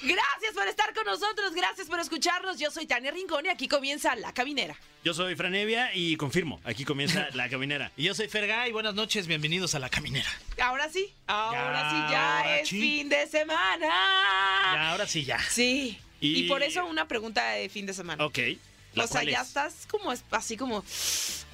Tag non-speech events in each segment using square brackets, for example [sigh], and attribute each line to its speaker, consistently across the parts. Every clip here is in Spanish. Speaker 1: Gracias por estar con nosotros, gracias por escucharnos. Yo soy Tania Rincón y aquí comienza La Caminera.
Speaker 2: Yo soy Franevia y confirmo, aquí comienza la caminera.
Speaker 3: Y yo soy Fergay, buenas noches, bienvenidos a La Caminera.
Speaker 1: Ahora sí, ahora
Speaker 3: Ya,
Speaker 1: sí, ya
Speaker 3: ahora
Speaker 1: es
Speaker 3: sí.
Speaker 1: fin de semana.
Speaker 3: Ya, ahora sí, ya.
Speaker 1: Sí. Y...
Speaker 2: Y-
Speaker 1: por eso una pregunta de fin de semana.
Speaker 2: Ok. ¿la
Speaker 1: O sea,
Speaker 2: cual
Speaker 1: ya
Speaker 2: es?
Speaker 1: estás como es- así como...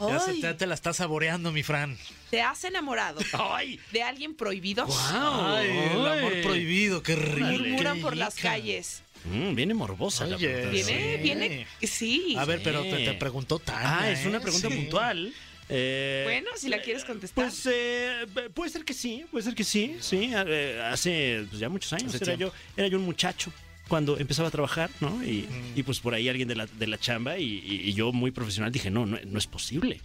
Speaker 3: Ya se
Speaker 1: "Ay,
Speaker 3: te, te la estás saboreando, mi Fran.
Speaker 1: ¿Te has enamorado
Speaker 2: ¡Ay!
Speaker 1: de alguien prohibido?
Speaker 3: Ay, el amor
Speaker 2: ay.
Speaker 3: prohibido, qué rico.
Speaker 1: Murmuran
Speaker 3: qué
Speaker 1: por las
Speaker 3: rica.
Speaker 1: calles.
Speaker 2: Mm, viene morbosa la
Speaker 3: Oye,
Speaker 2: pregunta.
Speaker 3: sí.
Speaker 1: Viene, viene... Sí.
Speaker 3: A ver, pero
Speaker 2: Sí.
Speaker 3: te, te preguntó Tania.
Speaker 2: Ah, es
Speaker 3: ¿eh?
Speaker 2: una pregunta
Speaker 3: Sí.
Speaker 2: puntual. Eh,
Speaker 1: Bueno, si la quieres contestar.
Speaker 2: Pues eh, puede ser que sí, puede ser que sí, sí. eh, hace pues, ya muchos años
Speaker 3: Hace
Speaker 2: era yo,
Speaker 3: tiempo.
Speaker 2: era yo un muchacho cuando empezaba a trabajar, ¿no? Y, y, pues por ahí alguien de la, de la chamba y, y- y yo muy profesional dije, no, no, no es posible.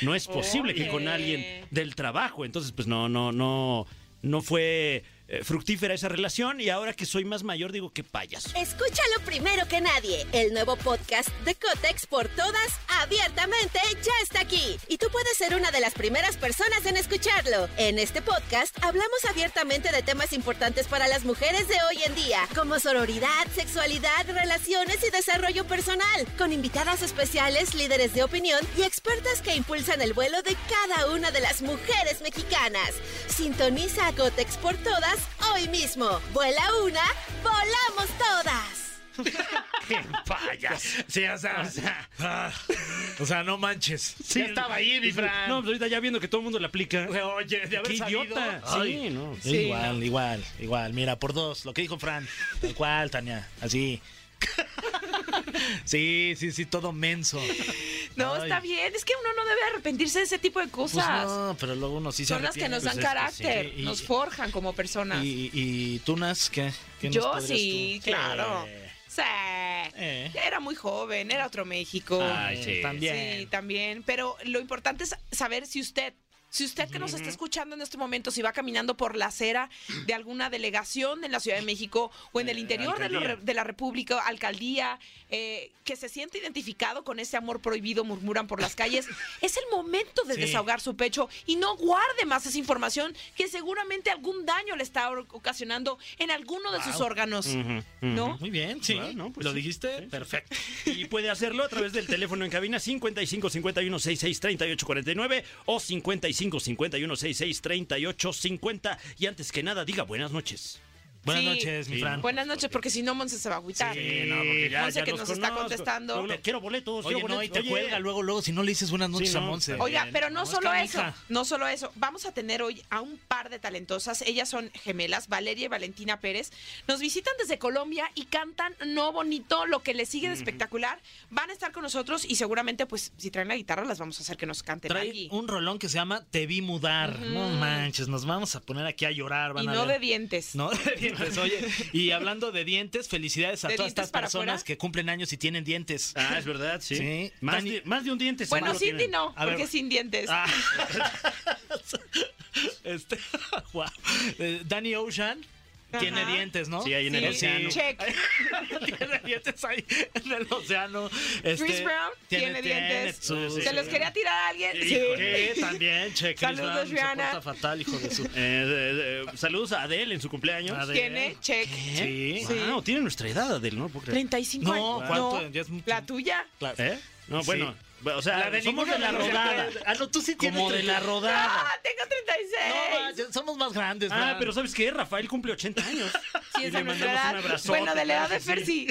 Speaker 2: No es posible que con
Speaker 1: Oye.
Speaker 2: alguien del trabajo. Entonces, pues no, no, no, no fue eh, fructífera esa relación y ahora que soy más mayor digo, qué payas.
Speaker 4: Escúchalo primero que nadie. El nuevo podcast de Cotex por todas, abiertamente, ya está aquí. Y tú puedes ser una de las primeras personas en escucharlo. En este podcast hablamos abiertamente de temas importantes para las mujeres de hoy en día, como sororidad, sexualidad, relaciones y desarrollo personal, con invitadas especiales, líderes de opinión y expertas que impulsan el vuelo de cada una de las mujeres mexicanas. Sintoniza a Cotex por todas hoy mismo. Vuela una, volamos todas.
Speaker 2: Qué payas.
Speaker 3: Sí, o sea, ah, o sea, no manches.
Speaker 2: Sí. No, pues ahorita ya viendo que todo el mundo la aplica.
Speaker 3: Oye, de haber
Speaker 2: Qué
Speaker 3: sabido.
Speaker 2: idiota.
Speaker 3: Ay.
Speaker 2: Sí, no.
Speaker 3: Sí, igual, igual, igual. Mira, por dos, lo que dijo Fran. Tal cual, Tania. Así. [laughs] Sí, sí, sí, todo menso.
Speaker 1: no,
Speaker 3: Ay.
Speaker 1: está bien. Es que uno no debe arrepentirse de ese tipo de
Speaker 3: Pues
Speaker 1: cosas.
Speaker 3: no, pero luego uno sí se
Speaker 1: Son las que
Speaker 3: arrepiente.
Speaker 1: nos dan
Speaker 3: Pues es que
Speaker 1: carácter,
Speaker 3: sí. Y-
Speaker 1: nos forjan como personas.
Speaker 3: ¿Y, y tú, Nas, qué? ¿Qué nos
Speaker 1: Yo
Speaker 3: podrías
Speaker 1: sí,
Speaker 3: tú?
Speaker 1: claro.
Speaker 3: Eh,
Speaker 1: Sí.
Speaker 3: Eh.
Speaker 1: Era muy joven, era otro México.
Speaker 2: Ay,
Speaker 3: eh,
Speaker 2: sí.
Speaker 1: Sí,
Speaker 3: También.
Speaker 1: también. Pero lo importante es saber si usted, si usted que nos está escuchando en este momento, si va caminando por la acera de alguna delegación en la Ciudad de México o en el
Speaker 2: Eh,
Speaker 1: interior de, lo-
Speaker 2: alcaldía.
Speaker 1: de la República, alcaldía, eh, que se siente identificado con ese amor prohibido, murmuran por las
Speaker 2: [laughs]
Speaker 1: calles, es el momento de
Speaker 3: Sí.
Speaker 1: desahogar su pecho y no guarde más esa información que seguramente algún daño le está ocasionando en alguno de sus órganos. ¿No?
Speaker 3: Muy bien, sí.
Speaker 2: Ah, no, pues
Speaker 3: ¿Lo
Speaker 2: sí.
Speaker 3: dijiste?
Speaker 2: Sí, sí.
Speaker 3: Perfecto.
Speaker 2: Y puede hacerlo a través del teléfono en cabina 55 51 66 38 49 o 55 51 66 38 50. Y antes que nada, diga buenas noches.
Speaker 3: Buenas
Speaker 1: Sí.
Speaker 3: noches, mi
Speaker 2: Sí,
Speaker 3: Fran.
Speaker 2: no.
Speaker 1: Buenas noches, porque si no, Monse se va a agüitar.
Speaker 3: Sí, no, porque
Speaker 1: Monse que nos está contestando.
Speaker 2: Luego, luego, quiero boletos,
Speaker 3: Oye,
Speaker 2: quiero
Speaker 3: no,
Speaker 2: boletos.
Speaker 3: y te
Speaker 2: Oye,
Speaker 3: cuelga luego, luego, si no le dices buenas noches
Speaker 2: Sí,
Speaker 3: a
Speaker 2: no,
Speaker 3: Monse.
Speaker 2: está
Speaker 1: Oiga,
Speaker 2: Bien,
Speaker 1: pero no
Speaker 3: es
Speaker 1: solo eso,
Speaker 3: canija.
Speaker 1: no solo eso. Vamos a tener hoy a un par de talentosas. Ellas son gemelas, Valeria y Valentina Pérez. Nos visitan desde Colombia y cantan No Bonito, lo que les sigue de espectacular. Van a estar con nosotros y seguramente, pues, si traen la guitarra, las vamos a hacer que nos canten
Speaker 3: Trae
Speaker 1: aquí.
Speaker 3: un rolón que se llama Te vi mudar. No manches, nos vamos a poner aquí a llorar. Van
Speaker 1: Y
Speaker 3: a
Speaker 1: no
Speaker 3: ver.
Speaker 1: de dientes.
Speaker 3: No, de dientes, oye. Y hablando de dientes, felicidades a
Speaker 1: ¿De
Speaker 3: todas
Speaker 1: dientes
Speaker 3: estas
Speaker 1: para
Speaker 3: personas
Speaker 1: afuera?
Speaker 3: que cumplen años y tienen dientes.
Speaker 2: Ah, es verdad, sí.
Speaker 3: Sí.
Speaker 2: Más,
Speaker 3: Tani-
Speaker 2: de, más de un diente.
Speaker 1: bueno,
Speaker 2: seguro
Speaker 1: Cindy
Speaker 2: tienen.
Speaker 1: no,
Speaker 3: A ver.
Speaker 1: porque sin dientes.
Speaker 3: Ah. [laughs] Este, [laughs] wow. Eh, Danny Ocean tiene
Speaker 1: Ajá.
Speaker 3: dientes, ¿no?
Speaker 2: Sí, ahí en el
Speaker 1: Sí,
Speaker 2: océano.
Speaker 1: Check.
Speaker 3: [laughs] tiene dientes ahí [laughs] en el océano. Este,
Speaker 1: Chris Brown tiene dientes.
Speaker 3: sus-
Speaker 2: Sí,
Speaker 1: Se
Speaker 2: sí,
Speaker 1: los quería tirar a alguien. Sí.
Speaker 3: Híjole, también, che. Chris
Speaker 1: Saludos,
Speaker 3: Brown se
Speaker 1: Rihanna.
Speaker 3: porta fatal, hijo de
Speaker 2: [laughs]
Speaker 3: su.
Speaker 2: Eh, eh, eh, saludos a Adele en su cumpleaños.
Speaker 3: Adele.
Speaker 1: Tiene check.
Speaker 3: Sí.
Speaker 1: ¿Eh? Sí.
Speaker 2: Wow, tiene nuestra edad, Adele, ¿no? Puedo creer.
Speaker 1: 35
Speaker 3: No,
Speaker 1: años.
Speaker 3: ¿cuánto?
Speaker 1: No.
Speaker 3: Ya es mucho.
Speaker 1: La tuya.
Speaker 3: Claro.
Speaker 2: ¿Eh? No,
Speaker 3: Sí.
Speaker 2: bueno. O sea, somos
Speaker 3: ninguno
Speaker 2: de la
Speaker 3: los
Speaker 2: rodada.
Speaker 3: tres. Ah, no, tú sí tienes.
Speaker 2: Como de la rodada.
Speaker 1: Ah, tengo 36.
Speaker 3: No, manches, somos más grandes,
Speaker 2: Ah,
Speaker 3: man.
Speaker 2: pero ¿sabes qué? Rafael cumple 80 años.
Speaker 1: [laughs] Sí, es de nuestra edad. bueno, de la edad de Fer, sí.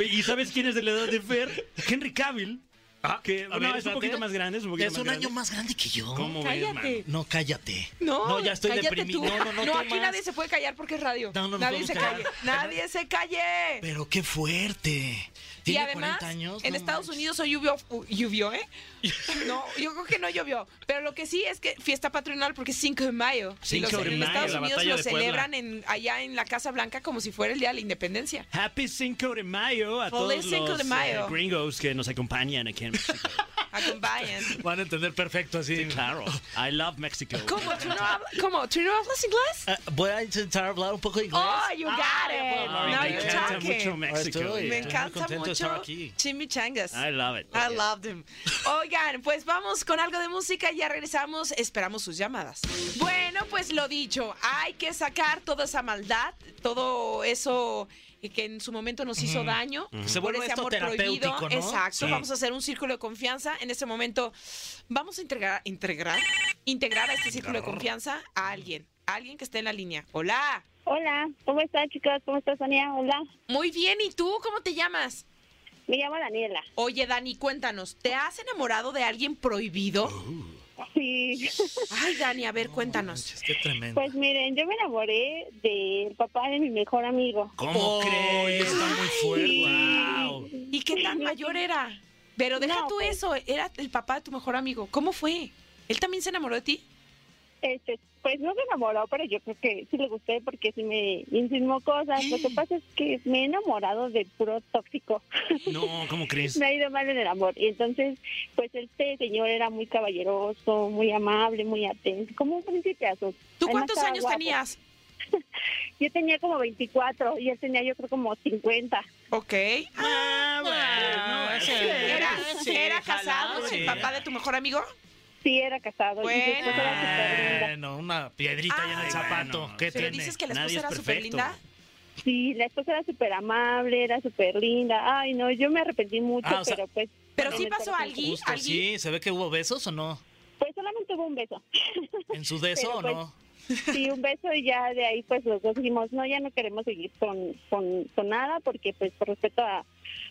Speaker 2: ¿Y sabes quién es de la edad de Fer? Henry Cavill. Ah, que,
Speaker 3: a
Speaker 2: no,
Speaker 3: ver,
Speaker 2: es un
Speaker 3: espérate.
Speaker 2: poquito más grande, es un poquito
Speaker 3: Es
Speaker 2: más
Speaker 3: un
Speaker 2: grande.
Speaker 3: año más grande que yo.
Speaker 2: ¿Cómo ves,
Speaker 1: Oh, Cállate.
Speaker 2: mano?
Speaker 3: No, cállate.
Speaker 1: [laughs] No,
Speaker 3: ya estoy
Speaker 1: cállate
Speaker 3: deprimido.
Speaker 1: tú.
Speaker 3: No, no, no. tú
Speaker 1: aquí
Speaker 3: más.
Speaker 1: nadie se puede callar porque es radio.
Speaker 3: No, no nos
Speaker 1: nadie
Speaker 3: podemos
Speaker 1: se
Speaker 3: callar.
Speaker 1: calle. Nadie se calle.
Speaker 3: Pero qué fuerte.
Speaker 1: Y
Speaker 3: Tiene
Speaker 1: además,
Speaker 3: 40 años.
Speaker 1: en
Speaker 3: no
Speaker 1: Estados
Speaker 3: manches.
Speaker 1: Unidos hoy llovió, u-
Speaker 3: [laughs]
Speaker 1: llovió, ¿eh? No, yo creo que no llovió. Pero lo que sí es que fiesta patronal porque es 5 de mayo. Y
Speaker 2: Cinco
Speaker 1: los-
Speaker 2: de
Speaker 1: en
Speaker 2: mayo,
Speaker 1: Estados
Speaker 2: la
Speaker 1: Unidos
Speaker 3: batalla
Speaker 1: lo
Speaker 3: de Puebla.
Speaker 1: celebran en, allá en la Casa Blanca como si fuera el Día de la Independencia.
Speaker 2: Happy Cinco de Mayo a
Speaker 1: Feliz
Speaker 2: todos
Speaker 1: Cinco
Speaker 2: los
Speaker 1: de Mayo.
Speaker 2: eh, gringos que nos acompañan aquí en México.
Speaker 1: Acompañen.
Speaker 3: Van a entender perfecto así. [laughs]
Speaker 2: claro, I love Mexico.
Speaker 1: ¿Cómo? ¿Tú no, hablas- cómo? ¿Tú no hablas inglés?
Speaker 3: Ah, voy a intentar hablar un poco de inglés.
Speaker 1: Oh, you got it.
Speaker 3: bueno,
Speaker 1: Now
Speaker 2: me
Speaker 3: me
Speaker 1: you're
Speaker 3: encanta
Speaker 2: encanta
Speaker 1: talking.
Speaker 2: mucho México.
Speaker 3: estoy.
Speaker 1: Me
Speaker 3: Estoy muy
Speaker 1: encanta
Speaker 3: contento de
Speaker 1: mucho.
Speaker 3: estar aquí.
Speaker 1: Chimichangas.
Speaker 2: I love it.
Speaker 1: I love them. Oigan, pues vamos con algo de música, ya regresamos, esperamos sus llamadas. Bueno, pues lo dicho, hay que sacar toda esa maldad, todo eso que en su momento nos hizo daño.
Speaker 3: Se
Speaker 1: por
Speaker 3: vuelve
Speaker 1: ese
Speaker 3: esto
Speaker 1: amor
Speaker 3: terapéutico,
Speaker 1: prohibido.
Speaker 3: ¿no?
Speaker 1: Exacto,
Speaker 3: Sí.
Speaker 1: vamos a hacer un círculo de confianza. En este momento vamos a integrar, integrar, integrar a este círculo de confianza a alguien, a alguien que esté en la línea. Hola.
Speaker 5: Hola, ¿cómo estás, chicas? ¿Cómo estás, Sonia? Hola,
Speaker 1: Muy bien, ¿y tú cómo te llamas?
Speaker 5: me llamo Daniela. [laughs]
Speaker 1: Oye, Dani, cuéntanos, ¿te has enamorado de alguien prohibido?
Speaker 5: Sí,
Speaker 1: Ay, Dani, a ver, cuéntanos.
Speaker 3: Manches, qué tremendo.
Speaker 5: pues miren, yo me enamoré del papá de mi mejor amigo.
Speaker 3: ¿Cómo
Speaker 2: Oh,
Speaker 3: crees? Está muy fuerte.
Speaker 1: [laughs]
Speaker 2: Wow.
Speaker 1: ¿Y qué tan mayor era? Pero deja
Speaker 5: No,
Speaker 1: tú
Speaker 5: pues-
Speaker 1: eso, era el papá de tu mejor amigo. ¿Cómo fue? ¿Él también se enamoró de ti?
Speaker 5: Este, pues no se enamoró, pero yo creo que sí le gusté porque sí me insinuó cosas. Lo que pasa es que me he enamorado de puro tóxico. [laughs]
Speaker 2: No, ¿cómo crees?
Speaker 5: Me ha ido mal en el amor. Y entonces, pues este señor era muy caballeroso, muy amable, muy atento, como un príncipe azul.
Speaker 1: ¿Tú
Speaker 5: Además,
Speaker 1: cuántos
Speaker 5: estaba
Speaker 1: años
Speaker 5: guapo.
Speaker 1: tenías?
Speaker 5: Yo tenía como 24 y él tenía yo creo como 50.
Speaker 1: Ok.
Speaker 2: Ah, bueno,
Speaker 3: sí.
Speaker 1: ¿Era,
Speaker 3: Sí,
Speaker 1: era
Speaker 3: jalaba,
Speaker 1: casado
Speaker 3: sí.
Speaker 1: el papá de tu mejor amigo?
Speaker 5: Sí, era casado. y su esposa era superlinda.
Speaker 3: Bueno, una piedrita
Speaker 1: Ah,
Speaker 3: llena de zapato.
Speaker 2: bueno.
Speaker 3: ¿Qué
Speaker 1: Pero
Speaker 3: tiene?
Speaker 1: dices que la
Speaker 2: Nadie
Speaker 1: esposa
Speaker 2: es
Speaker 1: era súper
Speaker 2: perfecto.
Speaker 1: linda.
Speaker 5: Sí, la esposa era súper amable, era súper linda. Ay, no, yo me arrepentí mucho,
Speaker 3: Ah, o sea-
Speaker 5: pero pues...
Speaker 1: Pero
Speaker 5: bueno,
Speaker 1: sí
Speaker 5: me
Speaker 1: pasó
Speaker 5: parece-
Speaker 1: alguien,
Speaker 3: Justo,
Speaker 1: alguien.
Speaker 3: sí. ¿Se ve que hubo besos o no?
Speaker 5: Pues solamente hubo un beso. [laughs]
Speaker 3: ¿En su beso
Speaker 5: Pero,
Speaker 3: o
Speaker 5: pues,
Speaker 3: no?
Speaker 5: Sí, un beso y ya de ahí pues los dos dijimos, no, ya no queremos seguir con, con, con nada porque pues por respeto a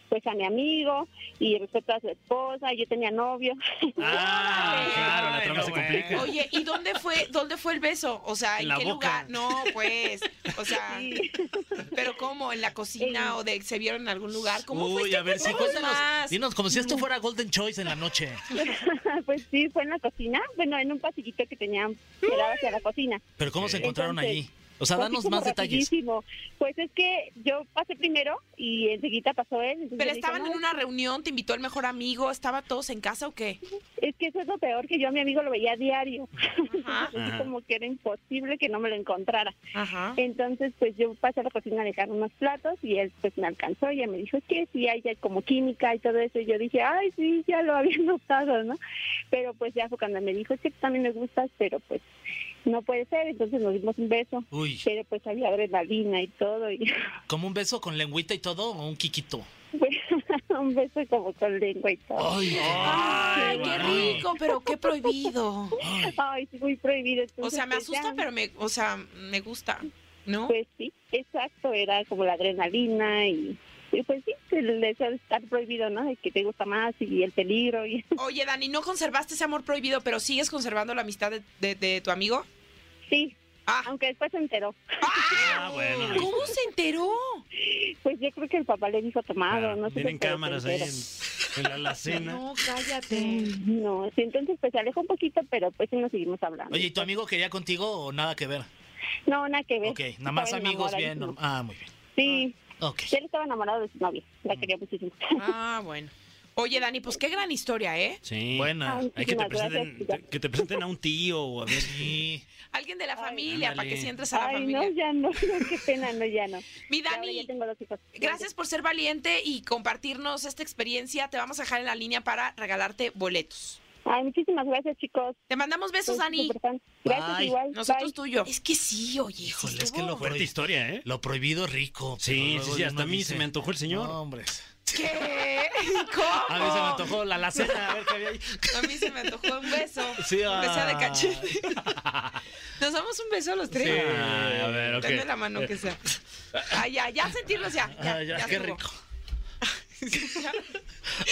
Speaker 5: pues a mi amigo y respeto a su esposa, yo tenía novio. [laughs]
Speaker 2: Ah, claro, la trama
Speaker 3: Bueno,
Speaker 2: se
Speaker 3: bueno.
Speaker 2: complica.
Speaker 1: Oye, ¿y dónde fue, dónde fue el beso? O sea,
Speaker 2: En
Speaker 1: ¿en,
Speaker 2: la
Speaker 1: qué
Speaker 2: boca.
Speaker 1: lugar? No, pues, o sea,
Speaker 5: Sí.
Speaker 1: pero cómo, en la cocina
Speaker 5: Sí.
Speaker 1: o de se vieron en algún lugar. ¿Cómo fue?
Speaker 3: Uy,
Speaker 1: Es
Speaker 3: a
Speaker 1: que
Speaker 3: ver, sí,
Speaker 1: cuéntanos
Speaker 3: cuéntanos.
Speaker 1: más. Mm.
Speaker 3: Dinos, como si esto fuera Golden Choice en la noche.
Speaker 5: [laughs] pues sí, fue en la cocina, bueno, en un pasillito que tenían que daba hacia la cocina.
Speaker 3: Pero ¿cómo se encontraron
Speaker 5: Entonces,
Speaker 3: allí? O sea,
Speaker 5: Fue Pues así
Speaker 3: danos
Speaker 5: como
Speaker 3: más detalles.
Speaker 5: rapidísimo. Pues es que yo pasé primero y enseguida pasó él. entonces
Speaker 1: Pero
Speaker 5: yo dije,
Speaker 1: estaban
Speaker 5: "No,
Speaker 1: en una reunión, te invitó el mejor amigo, estaba todos en casa o qué?
Speaker 5: Es que eso es lo peor, que yo a mi amigo lo veía a diario. [laughs]
Speaker 1: Ajá,
Speaker 5: Así
Speaker 2: Ajá.
Speaker 5: como que era imposible que no me lo encontrara.
Speaker 1: ajá.
Speaker 5: Entonces, pues yo pasé a la cocina a dejar unos platos y él pues me alcanzó y él me dijo, es que sí, hay ya como química y todo eso. Y yo dije, ay, sí, ya lo había [laughs] notado, ¿no? Pero pues ya fue cuando me dijo, es que tú también me gustas, pero pues no puede ser. Entonces nos dimos un beso,
Speaker 3: Uy,
Speaker 5: pero pues había adrenalina y todo. Y
Speaker 3: ¿como un beso con lengüita y todo o un kikito?
Speaker 5: pues, [laughs] un beso como con lengua y todo.
Speaker 3: Ay,
Speaker 1: Ah. Ay, qué
Speaker 3: guau.
Speaker 1: rico, pero qué prohibido.
Speaker 3: Ay,
Speaker 5: Ay, sí, muy prohibido.
Speaker 1: O sea,
Speaker 5: Entonces,
Speaker 1: me
Speaker 5: pues,
Speaker 1: asusta,
Speaker 5: ya.
Speaker 1: pero me, o sea, me gusta, ¿no?
Speaker 5: Pues sí, exacto, era como la adrenalina y, y pues sí, el eso de estar prohibido, ¿no? De que te gusta más y el peligro y [laughs]
Speaker 1: Oye, Dani, ¿no conservaste ese amor prohibido, pero sigues conservando la amistad de, de- de tu amigo?
Speaker 5: sí,
Speaker 1: Ah,
Speaker 5: aunque después se enteró.
Speaker 2: Ah, bueno.
Speaker 1: ¿cómo se enteró?
Speaker 5: Pues yo creo que el papá le dijo tomado,
Speaker 3: Ah,
Speaker 2: Claro,
Speaker 5: Ah, no sé.
Speaker 2: tienen
Speaker 5: si se
Speaker 2: cámaras ahí
Speaker 5: enteró.
Speaker 2: en, en la alacena.
Speaker 1: No, cállate.
Speaker 5: No, sí, entonces pues se alejó un poquito, pero pues sí nos seguimos hablando.
Speaker 3: Oye, ¿y tu amigo quería contigo o nada que ver?
Speaker 5: No, nada que ver.
Speaker 3: Ok, nada más
Speaker 5: Estaba
Speaker 3: amigos, bien. Ah.
Speaker 5: enamoradísimo.
Speaker 3: no- Ah, muy bien.
Speaker 5: Sí,
Speaker 3: Ok.
Speaker 5: yo él estaba enamorado de su novia,
Speaker 3: Mm.
Speaker 5: la quería muchísimo.
Speaker 1: Ah, bueno. Oye, Dani, pues qué gran historia, ¿eh?
Speaker 2: Sí.
Speaker 3: Buena.
Speaker 5: Ay,
Speaker 2: Hay que te
Speaker 5: muchísimas gracias,
Speaker 2: presenten,
Speaker 5: chicas.
Speaker 2: que te presenten a un tío o a ver.
Speaker 3: Sí.
Speaker 1: Alguien de la familia, para que
Speaker 2: ándale.
Speaker 1: si entres a la
Speaker 5: Ay, no,
Speaker 1: familia.
Speaker 5: ya no, [laughs] no, qué pena, no, ya no.
Speaker 1: Mi
Speaker 5: Ya,
Speaker 1: Dani,
Speaker 5: ahora ya tengo dos hijos.
Speaker 1: Gracias por ser valiente y compartirnos esta experiencia. Te vamos a dejar en la línea para regalarte boletos.
Speaker 5: Ay, muchísimas gracias, chicos.
Speaker 1: Te mandamos besos,
Speaker 5: Soy
Speaker 1: Dani.
Speaker 5: superfan. Gracias,
Speaker 3: Bye.
Speaker 5: igual.
Speaker 1: Nosotros
Speaker 5: Bye.
Speaker 1: tuyo. Es que sí, oye. sí
Speaker 3: Híjole, es que
Speaker 1: estuvo-
Speaker 3: lo fue-
Speaker 2: [laughs] Fuerte historia, ¿eh?
Speaker 3: Lo prohibido es rico. pero
Speaker 2: Sí, sí,
Speaker 3: luego
Speaker 2: sí,
Speaker 3: uno
Speaker 2: hasta a mí
Speaker 3: dice,
Speaker 2: se me antojó el señor.
Speaker 3: No, hombre.
Speaker 1: ¿Qué? [laughs] ¿Cómo?
Speaker 3: A mí se
Speaker 1: Oh.
Speaker 3: me antojó la alacena, a ver qué
Speaker 2: [laughs]
Speaker 3: había ahí.
Speaker 1: A mí se me antojó un beso.
Speaker 3: Sí,
Speaker 1: un beso de
Speaker 3: ah. [laughs]
Speaker 1: cachete. Nos damos un beso los tres.
Speaker 3: Sí,
Speaker 2: Ah, a ver, ok.
Speaker 3: [laughs]
Speaker 1: Dame la mano que sea. Ay, ya, ya sentirlos ya. ya,
Speaker 3: Ay, ya,
Speaker 1: ya [laughs]
Speaker 3: qué
Speaker 1: estuvo.
Speaker 3: rico.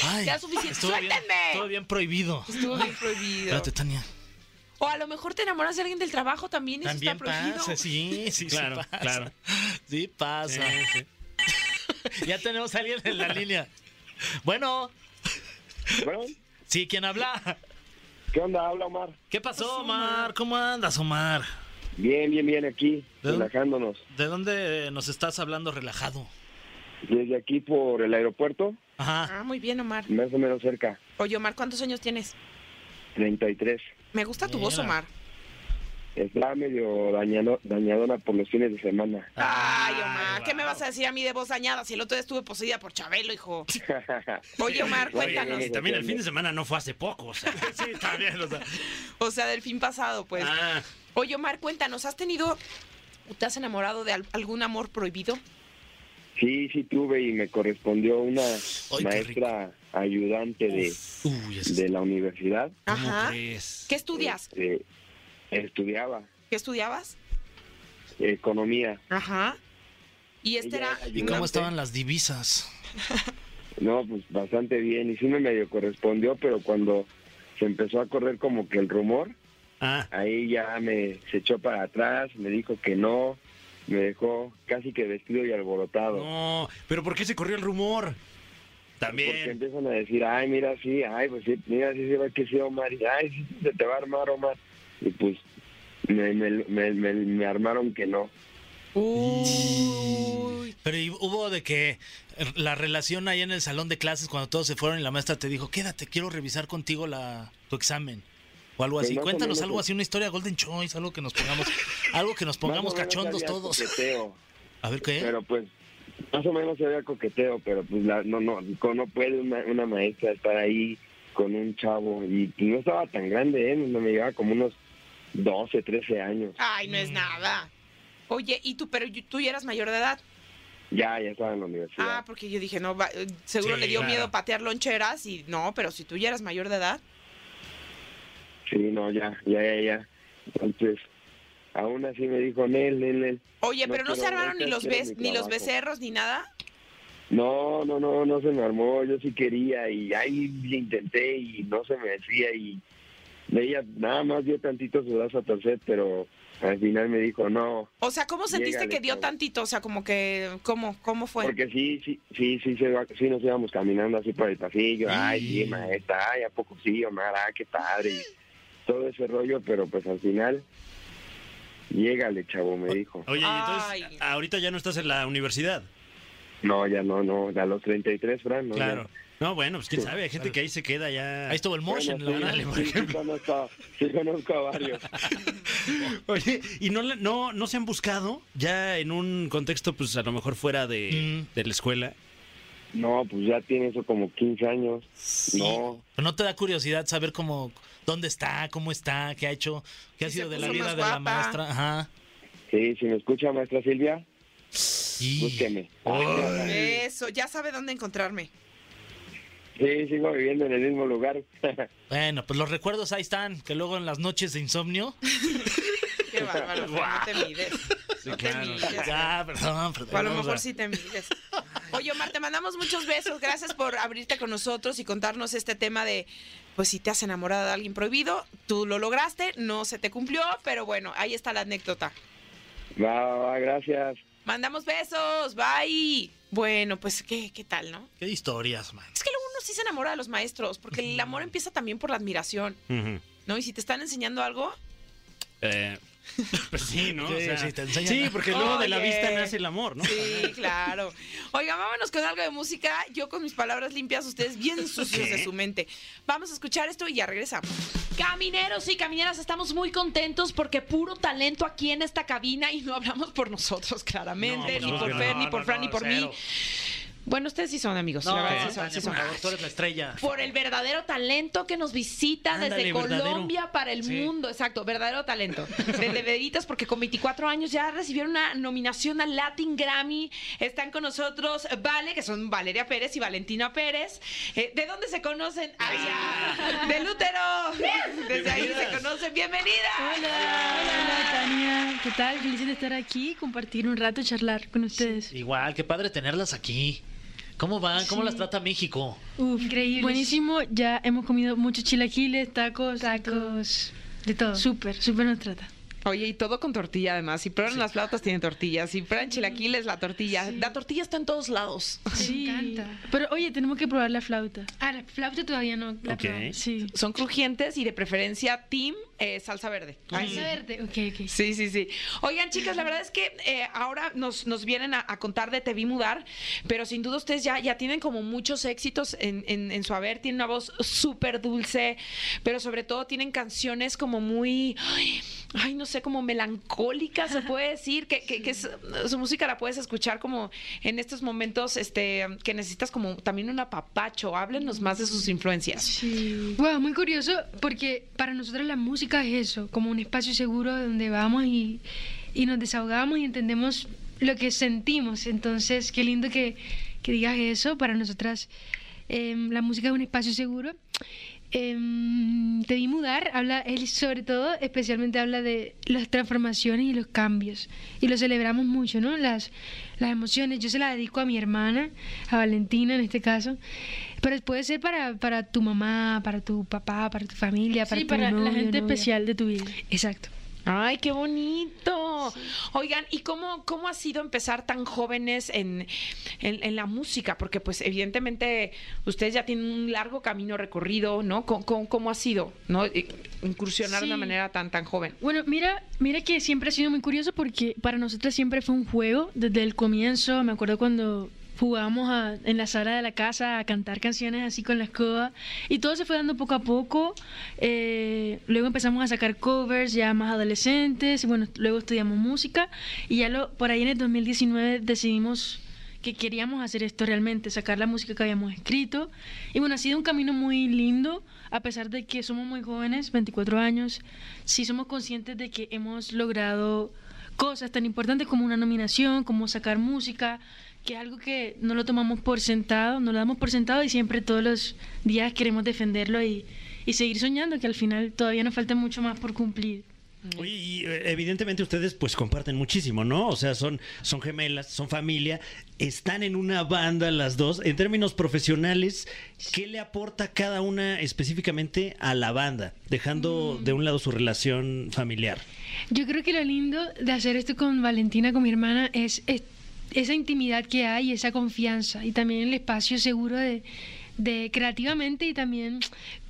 Speaker 3: Ay,
Speaker 1: Ya suficiente.
Speaker 3: estuvo bien-
Speaker 1: ¡Suéltenme!
Speaker 3: estuvo bien prohibido.
Speaker 1: Estuvo bien prohibido.
Speaker 3: Espérate, Tania.
Speaker 1: O a lo mejor te enamoras de alguien del trabajo también y eso
Speaker 3: También
Speaker 1: está prohibido.
Speaker 3: pasa, [laughs] sí, sí, sí
Speaker 2: Claro,
Speaker 3: pasa.
Speaker 2: claro.
Speaker 3: Sí pasa. [laughs] ya tenemos a alguien en la línea. Bueno,
Speaker 6: Bueno,
Speaker 3: sí, ¿quién habla?
Speaker 6: ¿qué onda? Habla Omar.
Speaker 3: ¿Qué pasó, Omar? ¿Cómo andas, Omar?
Speaker 6: Bien, bien, bien aquí,
Speaker 3: ¿De dónde?
Speaker 6: relajándonos.
Speaker 3: ¿De dónde nos estás hablando relajado?
Speaker 6: Desde aquí por el aeropuerto,
Speaker 3: Ajá.
Speaker 1: Ah, muy bien, Omar.
Speaker 6: más o menos cerca,
Speaker 1: Oye, Omar, ¿cuántos años tienes?
Speaker 6: 33.
Speaker 1: Me gusta tu voz,
Speaker 3: Mira.
Speaker 1: Omar.
Speaker 6: Está medio dañado, dañadona por los fines de semana.
Speaker 1: Ay, Omar, ¿qué me
Speaker 3: wow.
Speaker 1: vas a decir a mí de voz dañada si el otro día estuve poseída por Chabelo, hijo? Oye, Omar,
Speaker 6: Oye,
Speaker 1: cuéntanos.
Speaker 2: Y también el fin de semana no fue hace poco, o [laughs] sea.
Speaker 3: Sí, está bien, o sea.
Speaker 1: O sea, del fin pasado, pues.
Speaker 2: Ah,
Speaker 1: Oye, Omar, cuéntanos, ¿has tenido... ¿Te has enamorado de al- algún amor prohibido?
Speaker 6: Sí, sí tuve y me correspondió una
Speaker 3: qué
Speaker 6: maestra ayudante de,
Speaker 3: Uy, ese
Speaker 6: de la universidad.
Speaker 2: ¿cómo
Speaker 1: Ajá.
Speaker 2: crees?
Speaker 1: ¿Qué estudias?
Speaker 6: Este, estudiaba
Speaker 1: ¿Qué estudiabas?
Speaker 6: economía.
Speaker 1: Ajá. Y
Speaker 6: Ella
Speaker 1: este era...
Speaker 6: era
Speaker 3: ¿Y
Speaker 6: ayudante.
Speaker 3: cómo estaban las divisas?
Speaker 6: No, pues bastante bien. Y sí me medio correspondió, pero cuando se empezó a correr como que el rumor,
Speaker 2: Ah,
Speaker 6: ahí ya me se echó para atrás, me dijo que no, me dejó casi que vestido y alborotado.
Speaker 2: no. ¿Pero por qué se corrió el rumor?
Speaker 6: Porque
Speaker 2: También.
Speaker 6: empiezan a decir, ay, mira, sí, ay, pues sí, mira, sí se va que sí, Omar, y ay, sí, se te va a armar, Omar. Y pues me, me, me, me- me armaron que no.
Speaker 1: uh, Uy.
Speaker 3: Pero ¿y hubo de que la relación ahí en el salón de clases cuando todos se fueron y la maestra te dijo, quédate, quiero revisar contigo la, tu examen. O algo
Speaker 6: Pues
Speaker 3: así.
Speaker 6: más o
Speaker 3: Cuéntanos
Speaker 6: menos,
Speaker 3: algo
Speaker 6: pues.
Speaker 3: así, una historia Golden Choice, algo que
Speaker 6: [laughs]
Speaker 3: nos pongamos, algo que nos pongamos
Speaker 6: Más o menos
Speaker 3: cachondos
Speaker 6: había
Speaker 3: todos. [laughs] ¿Eh?
Speaker 6: coqueteo,
Speaker 3: A ver qué.
Speaker 6: Pero pues, más o menos había coqueteo, pero pues la- no, no, co- no puede una, una maestra estar ahí con un chavo. Y, y no estaba tan grande, ¿eh? Me llevaba como unos 12, 13 años.
Speaker 1: Ay, no es nada. Oye, ¿y tú? Pero yo- tú ya eras mayor de edad.
Speaker 6: Ya, ya estaba en la universidad.
Speaker 1: Ah, porque yo dije, no, va- eh, seguro
Speaker 2: Sí,
Speaker 1: le dio
Speaker 2: claro.
Speaker 1: miedo patear loncheras y no, pero si tú ya eras mayor de edad.
Speaker 6: Sí, no, ya, ya, ya, ya. Entonces, aún así me dijo, Nel, Nel, Nel.
Speaker 1: Oye,
Speaker 6: No
Speaker 1: pero no se
Speaker 6: quiero
Speaker 1: armaron ni
Speaker 6: broncas,
Speaker 1: los
Speaker 6: quiero
Speaker 1: bes-
Speaker 6: mi
Speaker 1: ni los
Speaker 6: trabajo.
Speaker 1: becerros ni nada.
Speaker 6: No, no, no, no se me armó, yo sí quería y ahí le intenté y no se me decía y ella nada más dio tantito su brazo a torcer, pero al final me dijo no,
Speaker 1: O sea, ¿cómo sentiste
Speaker 6: Llégale,
Speaker 1: que dio
Speaker 6: chavo.
Speaker 1: tantito? O sea, como que, ¿cómo, cómo fue?
Speaker 6: porque sí, sí, sí, sí, se va- sí nos íbamos caminando así por el pasillo, ay, sí, maestra, ay, ¿a poco sí, Omar, ah, qué padre, y todo ese rollo, pero pues al final, llégale, chavo, me dijo.
Speaker 2: Oye, y
Speaker 1: Ay.
Speaker 2: entonces, a- ahorita ya no estás en la universidad.
Speaker 6: No, ya no, no, a los 33, Fran, no,
Speaker 2: Claro.
Speaker 6: ya.
Speaker 2: No, bueno, pues quién sabe, hay gente que ahí se queda ya.
Speaker 3: Ahí estuvo el motion.
Speaker 6: Bueno, sí,
Speaker 3: la verdad.
Speaker 6: sí, sí, conozco- sí conozco a varios.
Speaker 2: Oye, ¿y no, la- no, no se han buscado ya en un contexto, pues a lo mejor fuera de,
Speaker 3: Mm.
Speaker 2: de la escuela?
Speaker 6: No, pues ya tiene eso como 15 años. No,
Speaker 3: Pero no te da curiosidad saber cómo, dónde está, cómo está, qué ha hecho, qué ha
Speaker 1: Sí,
Speaker 3: sido
Speaker 1: se
Speaker 3: de la
Speaker 1: puso
Speaker 3: vida
Speaker 1: más
Speaker 3: de la
Speaker 1: guapa.
Speaker 3: maestra. Ajá.
Speaker 6: sí, si me escucha maestra Silvia,
Speaker 3: Y-
Speaker 6: búsqueme.
Speaker 1: Eso, ya sabe dónde encontrarme.
Speaker 6: Sí, sigo viviendo en el mismo lugar. [laughs]
Speaker 3: Bueno, pues los recuerdos ahí están, que luego en las noches de insomnio.
Speaker 6: [laughs]
Speaker 1: Qué bárbaro, Fran, no te mides. no te
Speaker 2: claro.
Speaker 1: mides.
Speaker 3: Ya, perdón, perdón.
Speaker 1: O a lo
Speaker 3: vamos
Speaker 1: mejor sí te mides. Oye, Omar, te mandamos muchos besos. Gracias por abrirte con nosotros y contarnos este tema de, pues si te has enamorado de alguien prohibido, tú lo lograste, no se te cumplió, pero bueno, ahí está la anécdota.
Speaker 6: Va, va, va, gracias.
Speaker 1: Mandamos besos, bye. Bueno, pues qué, qué tal, ¿no?
Speaker 3: Qué historias, man.
Speaker 1: Es que luego uno sí se enamora de los maestros, porque el amor empieza también por la admiración,
Speaker 2: Ujú.
Speaker 1: ¿no? Y si te están enseñando algo,
Speaker 2: Eh, [laughs] pues sí, ¿no?
Speaker 3: Sí, sí, te enseñan.
Speaker 2: sí, porque luego de la
Speaker 1: Oye.
Speaker 2: vista nace el amor, ¿no?
Speaker 1: sí, claro. Oiga, vámonos con algo de música. Yo con mis palabras limpias,
Speaker 3: [laughs]
Speaker 1: ustedes bien sucios de su mente. Vamos a escuchar esto y ya regresamos. Camineros y camineras, estamos muy contentos porque puro talento aquí en esta cabina y no hablamos por nosotros, claramente,
Speaker 3: No,
Speaker 1: ni
Speaker 3: no,
Speaker 1: por
Speaker 3: no,
Speaker 1: Fer,
Speaker 3: no,
Speaker 1: ni por
Speaker 3: no,
Speaker 1: Fran,
Speaker 3: no,
Speaker 1: ni por
Speaker 3: cero. ¿eh?
Speaker 1: mí. Bueno, ustedes sí son amigos, la verdad, sí son, sí son.
Speaker 3: tú eres la estrella.
Speaker 1: por el verdadero talento que nos visita desde
Speaker 2: Ándale, verdadero.
Speaker 1: Colombia para el
Speaker 3: Sí.
Speaker 1: mundo. Exacto, verdadero talento. Desde Veritas, porque con 24 años ya recibieron una nominación al Latin Grammy. Están con nosotros Vale, que son Valeria Pérez y Valentina Pérez. Eh, ¿De dónde se conocen? ¡Ay, ya! ¡De Lútero! Desde ahí se conocen. ¡Bienvenida!
Speaker 7: Hola Tania, ¿qué tal? Feliz de estar aquí, compartir un rato, charlar con ustedes.
Speaker 3: Igual, qué padre tenerlas aquí.
Speaker 8: ¿Cómo van? ¿Cómo las trata México?
Speaker 7: Uf,
Speaker 9: Increíble.
Speaker 7: Buenísimo, ya hemos comido muchos chilaquiles, tacos.
Speaker 9: Tacos, de todo.
Speaker 7: Súper, súper nos trata.
Speaker 1: Oye, y todo con tortilla además. Si prueban las flautas, tienen tortillas. Si prueban chilaquiles, la tortilla. La tortilla está en todos lados.
Speaker 7: Sí.
Speaker 9: encanta.
Speaker 7: Pero oye, tenemos que probar la flauta.
Speaker 9: Ah, la flauta todavía no la
Speaker 2: Ok.
Speaker 9: probamos.
Speaker 7: Sí.
Speaker 1: Son crujientes y de preferencia team eh, salsa verde. Ay, sí.
Speaker 9: Salsa verde, ok, ok.
Speaker 1: Sí, sí, sí. Oigan, chicas, la verdad es que eh, ahora nos, nos vienen a, a contar de Te Vi Mudar, pero sin duda ustedes ya, ya tienen como muchos éxitos en, en- en su haber, tienen una voz súper dulce, pero sobre todo tienen canciones como muy, ay, ay, no sé, como melancólicas, se puede decir, que, que- que es- su música la puedes escuchar como en estos momentos este, que necesitas como también un apapacho. Háblenos más de sus influencias.
Speaker 7: Sí.
Speaker 9: Wow, muy curioso porque para nosotros la música es eso, como un espacio seguro donde vamos y, y nos desahogamos y entendemos lo que sentimos. Entonces, qué lindo que, que digas eso. Para nosotras em, la música es un espacio seguro. Em, te vi mudar, habla, él sobre todo, especialmente habla de las transformaciones y los cambios. Y lo celebramos mucho, ¿no? Las, las emociones. Yo se la dedico a mi hermana, a Valentina en este caso. Pero puede ser para, para tu mamá, para tu papá, para tu familia, para
Speaker 7: Sí,
Speaker 9: tu
Speaker 7: para la
Speaker 9: novio,
Speaker 7: gente
Speaker 9: novia.
Speaker 7: especial de tu vida.
Speaker 9: Exacto.
Speaker 1: Ay, qué bonito. Oigan, ¿y cómo, cómo ha sido empezar tan jóvenes en, en- en la música? Porque pues evidentemente ustedes ya tienen un largo camino recorrido, ¿no? ¿Cómo, cómo- cómo ha sido, ¿no? Eh, Incursionar de una
Speaker 7: Sí.
Speaker 1: manera tan, tan joven.
Speaker 7: Bueno, mira, mira que siempre ha sido muy curioso porque para nosotros siempre fue un juego desde el comienzo. Me acuerdo cuando jugábamos a- en la sala de la casa a cantar canciones así con la escoba y todo se fue dando poco a poco. Eh, luego empezamos a sacar covers ya más adolescentes y bueno, luego estudiamos música y ya lo, por ahí en el 2019 decidimos que queríamos hacer esto realmente, sacar la música que habíamos escrito. Y bueno, ha sido un camino muy lindo, a pesar de que somos muy jóvenes, 24 años, sí somos conscientes de que hemos logrado cosas tan importantes como una nominación, como sacar música, que es algo que no lo tomamos por sentado, no lo damos por sentado y siempre todos los días queremos defenderlo y, y seguir soñando, que al final todavía nos falta mucho más por cumplir.
Speaker 2: Oye, y eh, evidentemente ustedes pues comparten muchísimo, ¿no? O sea, son, son gemelas, son familia, están en una banda las dos. En términos profesionales, ¿qué le aporta cada una específicamente a la banda? Dejando de un lado su relación familiar.
Speaker 9: Yo creo que lo lindo de hacer esto con Valentina, con mi hermana, es, es- esa intimidad que hay, y esa confianza y también el espacio seguro de, de creativamente y también,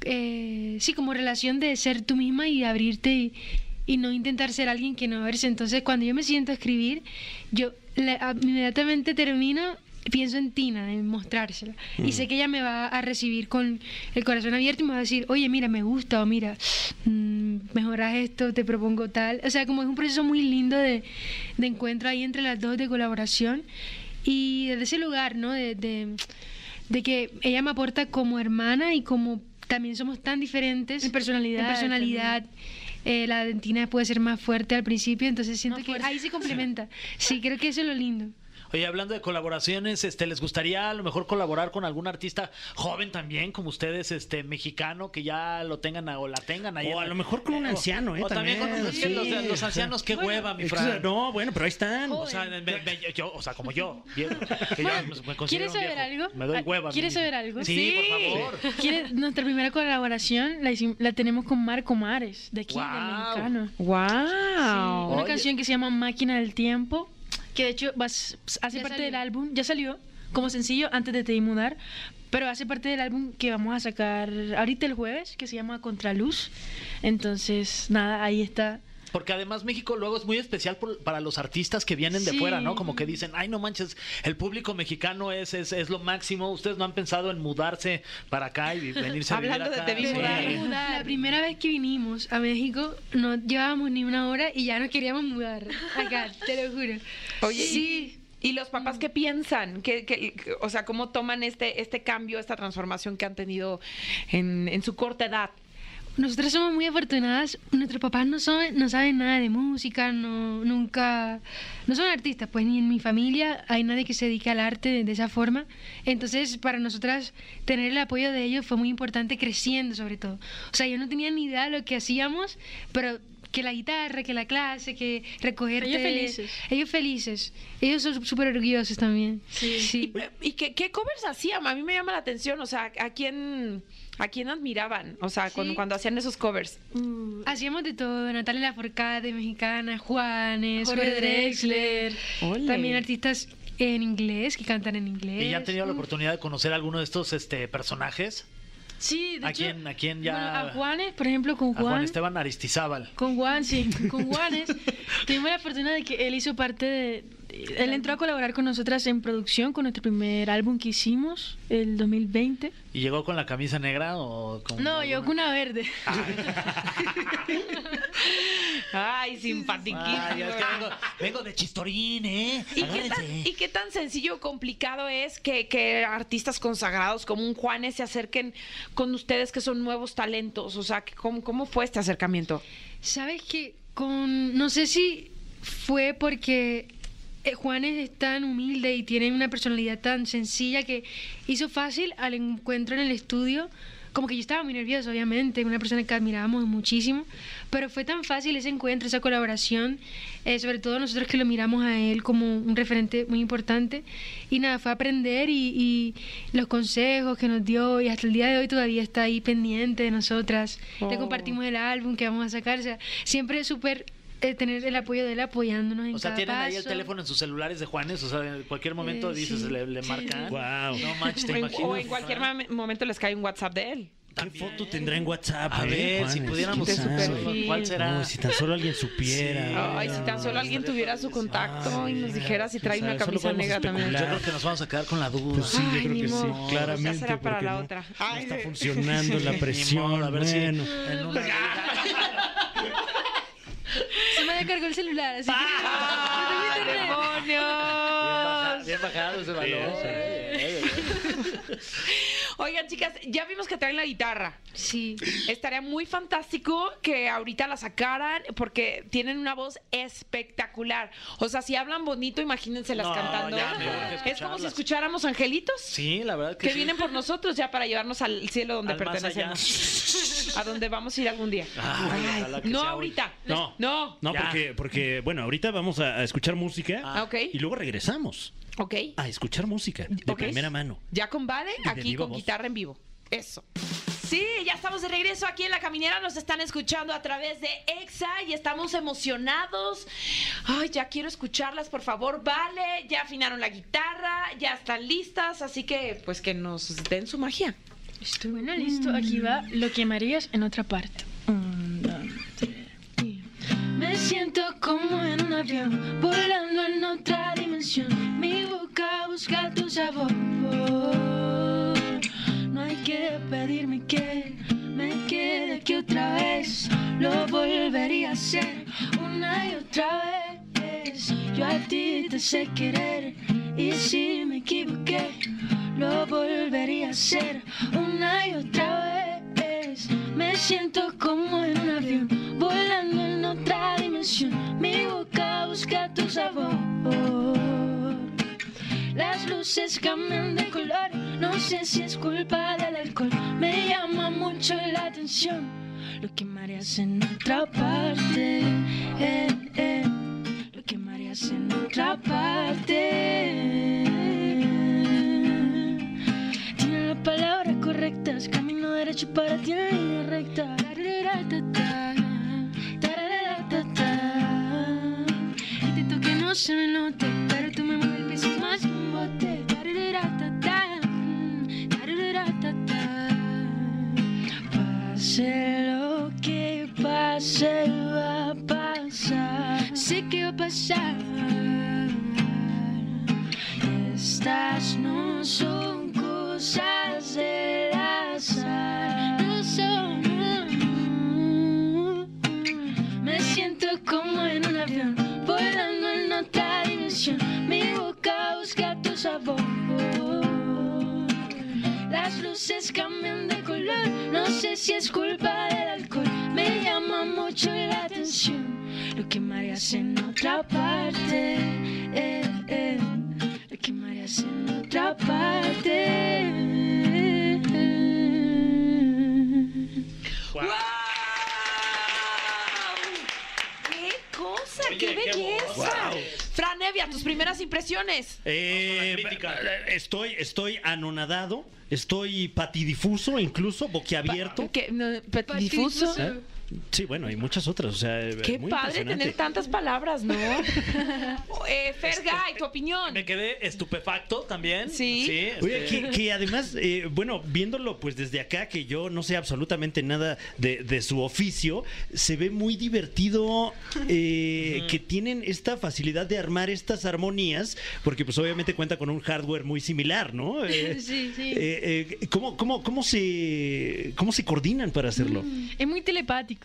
Speaker 9: eh, sí, como relación de ser tú misma y abrirte y, y no intentar ser alguien que no eres. Entonces, cuando yo me siento a escribir, yo le- a- inmediatamente termino. Pienso en Tina, en mostrársela. Y sé que ella me va a recibir con el corazón abierto y me va a decir, oye, mira, me gusta, o mira, mm, mejoras esto, te propongo tal. O sea, como es un proceso muy lindo de, de encuentro ahí entre las dos, de colaboración. Y desde ese lugar, ¿no? De, de, de que ella me aporta como hermana y como también somos tan diferentes.
Speaker 7: En personalidad,
Speaker 9: En personalidad. Eh, la dentina puede ser más fuerte al principio, entonces siento que ahí
Speaker 7: [laughs]
Speaker 9: se complementa. Sí, creo que eso es lo lindo.
Speaker 8: Oye, hablando de colaboraciones, este, ¿les gustaría a lo mejor colaborar con algún artista joven también, como ustedes, este, mexicano, que ya lo tengan a- o la tengan ahí?
Speaker 2: O
Speaker 8: en-
Speaker 2: a lo mejor con un
Speaker 8: eh, o-
Speaker 2: anciano, ¿eh?
Speaker 8: O también,
Speaker 2: También,
Speaker 8: con es que
Speaker 2: sí.
Speaker 8: los, los ancianos, qué hueva, mi
Speaker 2: Es que,
Speaker 8: Fran.
Speaker 2: Eh, no, bueno, pero ahí están.
Speaker 3: Oh,
Speaker 8: O sea, me- me- yo- yo, o sea, como yo. viejo, que yo me- me considero
Speaker 9: ¿quieres
Speaker 8: un
Speaker 9: saber
Speaker 8: viejo.
Speaker 9: algo?
Speaker 8: Me doy
Speaker 9: Ah,
Speaker 8: hueva. a mí
Speaker 9: ¿quieres
Speaker 8: mismo.
Speaker 9: saber algo?
Speaker 8: Sí,
Speaker 9: Sí.
Speaker 8: por favor.
Speaker 7: Quiere- Nuestra primera colaboración la, hicim- la tenemos con Marco Mares, de aquí, del
Speaker 8: Guau.
Speaker 7: mexicano.
Speaker 9: Ah,
Speaker 1: ¡Wow!
Speaker 7: Una
Speaker 8: Oye.
Speaker 7: canción que se llama Máquina del Tiempo, que de hecho vas- hace
Speaker 9: Ya
Speaker 7: parte
Speaker 9: salió.
Speaker 7: del álbum, ya salió como sencillo antes de te vi mudar, pero hace parte del álbum que vamos a sacar ahorita el jueves, que se llama Contraluz. Entonces, nada, ahí está.
Speaker 8: Porque además México luego es muy especial por- para los artistas que vienen de
Speaker 7: Sí.
Speaker 8: fuera, ¿no? Como que dicen, ay, no manches, el público mexicano es, es, es lo máximo. Ustedes no han pensado en mudarse para acá y venirse a vivir
Speaker 1: [laughs] Hablando de
Speaker 8: acá?"
Speaker 1: Te vi
Speaker 8: Sí.
Speaker 1: mudar.
Speaker 9: La primera vez que vinimos a México no llevábamos ni una hora y ya nos queríamos mudar acá, te lo juro.
Speaker 1: Oye,
Speaker 9: sí.
Speaker 1: ¿Y, y los papás qué piensan? ¿Qué, qué- o sea, ¿cómo toman este, este cambio, esta transformación que han tenido en, en su corta edad?
Speaker 9: Nosotras somos muy afortunadas. Nuestros papás no saben, no saben nada de música, no, nunca, no son artistas, pues ni en mi familia hay nadie que se dedique al arte de, de esa forma. Entonces, para nosotras tener el apoyo de ellos fue muy importante creciendo, sobre todo. O sea, yo no tenía ni idea de lo que hacíamos, pero
Speaker 8: que la guitarra, que la clase, que recogerte.
Speaker 7: Ellos felices.
Speaker 8: Ellos felices. Ellos son súper orgullosos también. Sí.
Speaker 1: ¿Y qué, qué covers hacían? A mí me llama la atención, o sea, ¿a quién, a quién admiraban? O sea, cuando,
Speaker 8: Sí.
Speaker 1: cuando hacían esos covers.
Speaker 8: mm, Hacíamos de todo, Natalia Laforcade, mexicana, Juanes,
Speaker 7: Jorge
Speaker 8: Jorge Drexler,
Speaker 1: Ole.
Speaker 8: también artistas en inglés, que cantan en inglés.
Speaker 3: ¿Y ya han tenido la oportunidad de conocer a alguno de estos este, personajes?
Speaker 8: Sí, de
Speaker 3: ¿A
Speaker 8: hecho,
Speaker 3: quién- a quién ya-
Speaker 8: bueno, a Juanes, por ejemplo, con
Speaker 3: A Juan
Speaker 8: Juan.
Speaker 3: Esteban Aristizábal.
Speaker 8: Con
Speaker 3: [laughs]
Speaker 8: Juan, sí, con Juanes. Tuvimos la fortuna de que él hizo parte de... Él entró a colaborar con nosotras en producción con nuestro primer álbum que hicimos, el 2020.
Speaker 3: ¿Y llegó con la camisa negra o con.?
Speaker 8: No, yo con Ah.
Speaker 3: alguna-
Speaker 8: una verde.
Speaker 1: [laughs]
Speaker 3: Ah.
Speaker 1: [laughs] Ay, simpatiquísimo.
Speaker 3: Ay, es que vengo, vengo de chistorín, ¿eh?
Speaker 1: [laughs] ¿Y qué, tan,
Speaker 3: Agárrense.
Speaker 1: y qué tan sencillo o complicado es que, que artistas consagrados como un Juanes se acerquen con ustedes que son nuevos talentos? O sea, que ¿cómo, cómo fue este acercamiento?
Speaker 8: ¿Sabes qué? Con, no sé si fue porque eh, Juanes es tan humilde y tiene una personalidad tan sencilla que hizo fácil al encuentro en el estudio. Como que yo estaba muy nerviosa, obviamente, una persona que admirábamos muchísimo, pero fue tan fácil ese encuentro, esa colaboración, eh, sobre todo nosotros que lo miramos a él como un referente muy importante. Y nada, fue aprender y, y los consejos que nos dio y hasta el día de hoy todavía está ahí pendiente de nosotras. Le
Speaker 1: Oh.
Speaker 8: compartimos el álbum que vamos a sacar. O sea, siempre es súper eh, tener el apoyo de él apoyándonos en
Speaker 3: O sea,
Speaker 8: cada
Speaker 3: tienen ahí el
Speaker 8: paso.
Speaker 3: teléfono en sus celulares de Juanes. O sea, en cualquier momento
Speaker 8: Eh,
Speaker 3: dices,
Speaker 8: sí.
Speaker 3: le, le
Speaker 8: Sí.
Speaker 3: marcan.
Speaker 2: Guau.
Speaker 3: No manches, te
Speaker 1: O en-
Speaker 3: imagino.
Speaker 1: o en cualquier mame- momento les cae un WhatsApp de él.
Speaker 2: ¿Qué foto tendrá en WhatsApp?
Speaker 3: A
Speaker 2: eh,
Speaker 3: ver, si
Speaker 2: Juanes?
Speaker 3: pudiéramos.
Speaker 2: ¿Quién sabe?
Speaker 1: su perfil.
Speaker 3: ¿Cuál será?
Speaker 2: Ay, si tan solo alguien supiera.
Speaker 3: Sí.
Speaker 2: Ay,
Speaker 1: Ay, si tan solo alguien tuviera su contacto y nos dijera si trae una
Speaker 2: Solo
Speaker 1: camisa
Speaker 2: podemos
Speaker 1: negra también.
Speaker 3: Yo
Speaker 2: especular.
Speaker 3: creo que nos vamos a quedar con la duda.
Speaker 2: Pues sí,
Speaker 8: Ay,
Speaker 2: yo creo
Speaker 8: ni
Speaker 2: que sí.
Speaker 8: modo.
Speaker 2: Claramente.
Speaker 1: Ya será para
Speaker 2: porque
Speaker 1: la
Speaker 2: no-
Speaker 1: otra.
Speaker 2: No está funcionando la presión.
Speaker 3: Ni modo, a ver
Speaker 2: bueno.
Speaker 3: si en una-
Speaker 8: Se me descargó el celular, así que-
Speaker 1: [laughs] ¡Ah,
Speaker 8: Yo tengo internet.
Speaker 3: Bien
Speaker 1: demonios!
Speaker 3: baja- bien bajado ese valor.
Speaker 1: Oigan, chicas, ya vimos que traen la guitarra.
Speaker 8: [laughs] Sí.
Speaker 1: Estaría muy fantástico que ahorita la sacaran porque tienen una voz espectacular. O sea, si hablan bonito, imagínenselas
Speaker 3: No,
Speaker 1: cantando.
Speaker 3: ya me urge
Speaker 1: es como
Speaker 3: escucharlas.
Speaker 1: si escucháramos angelitos
Speaker 3: Sí, la verdad que,
Speaker 1: que
Speaker 3: sí.
Speaker 1: vienen por nosotros ya para llevarnos al cielo donde
Speaker 3: Al más
Speaker 1: pertenecemos. A donde vamos a ir algún día.
Speaker 3: Ay, ojalá que
Speaker 1: no
Speaker 3: sea hoy.
Speaker 1: ahorita.
Speaker 2: No.
Speaker 1: No.
Speaker 2: No,
Speaker 3: Ya.
Speaker 2: porque, porque, bueno, ahorita vamos a, a escuchar música
Speaker 1: Ah, ok.
Speaker 2: y luego regresamos
Speaker 1: Ok.
Speaker 2: a escuchar música de
Speaker 1: Ok.
Speaker 2: primera mano.
Speaker 1: Ya con Vale,
Speaker 2: de
Speaker 1: aquí
Speaker 2: viva
Speaker 1: con
Speaker 2: voz.
Speaker 1: guitarra en vivo. Eso. Sí, ya estamos de regreso aquí en La Caminera. Nos están escuchando a través de EXA y estamos emocionados. Ay, ya quiero escucharlas, por favor. Vale, ya afinaron la guitarra, ya están listas. Así que, pues que nos den su magia.
Speaker 7: Bueno, listo, aquí va lo que Marías en otra parte.
Speaker 8: Me siento como en un avión, volando en otra dimensión. Mi boca busca tu sabor. No hay que pedirme que me quede aquí otra vez. Lo volvería a hacer una y otra vez. Yo a ti te sé querer y si me equivoqué, lo volvería a hacer una y otra vez. Me siento como en un avión, volando en otra dimensión. Mi boca busca tu sabor. Las luces cambian de color, no sé si es culpa del alcohol. Me llama mucho la atención lo que mareas en otra parte. eh, eh. Lo que mareas en otra parte. Tiene la palabra correcta, es camino derecho para ti en línea recta. Tararara-ta-ta, tararara-ta-ta. Intento que no se me note, pero tú me mueves el piso más que un bote. Tararara-ta-ta, mm, tararara-ta-ta. Pase lo que pase, va a pasar. Sé que va a pasar. Estas no son cosas del azar, no son. mm, Me siento como en un avión, volando en otra dimensión. Mi boca busca tu sabor. Las luces cambian de color, no sé si es culpa del alcohol. Me llama mucho la atención lo que mareas en otra parte. eh, eh. Lo que mareas en otra parte.
Speaker 1: ¡Wow! cosa! ¡Qué belleza! Fran Evia, tus primeras impresiones.
Speaker 2: Eh, estoy, estoy anonadado, estoy patidifuso, incluso boquiabierto.
Speaker 1: ¿Qué? No, pe- difuso.
Speaker 2: ¿Eh? Sí, bueno, hay muchas otras. O sea,
Speaker 1: Qué
Speaker 2: muy
Speaker 1: padre
Speaker 2: impresionante.
Speaker 1: tener tantas
Speaker 3: [laughs]
Speaker 1: palabras, ¿no? eh, Fergay, tu opinión.
Speaker 3: Me quedé estupefacto también.
Speaker 1: Sí.
Speaker 3: este,
Speaker 2: Oye, que, que además, eh, bueno, viéndolo pues desde acá, que yo no sé absolutamente nada de, de su oficio, se ve muy divertido eh, que tienen esta facilidad de armar estas armonías, porque pues obviamente cuenta con un hardware muy similar, ¿no? Eh,
Speaker 7: [laughs] Sí, sí.
Speaker 2: eh, eh, ¿cómo, cómo, cómo, se, ¿Cómo se coordinan para hacerlo?
Speaker 7: Es muy telepático.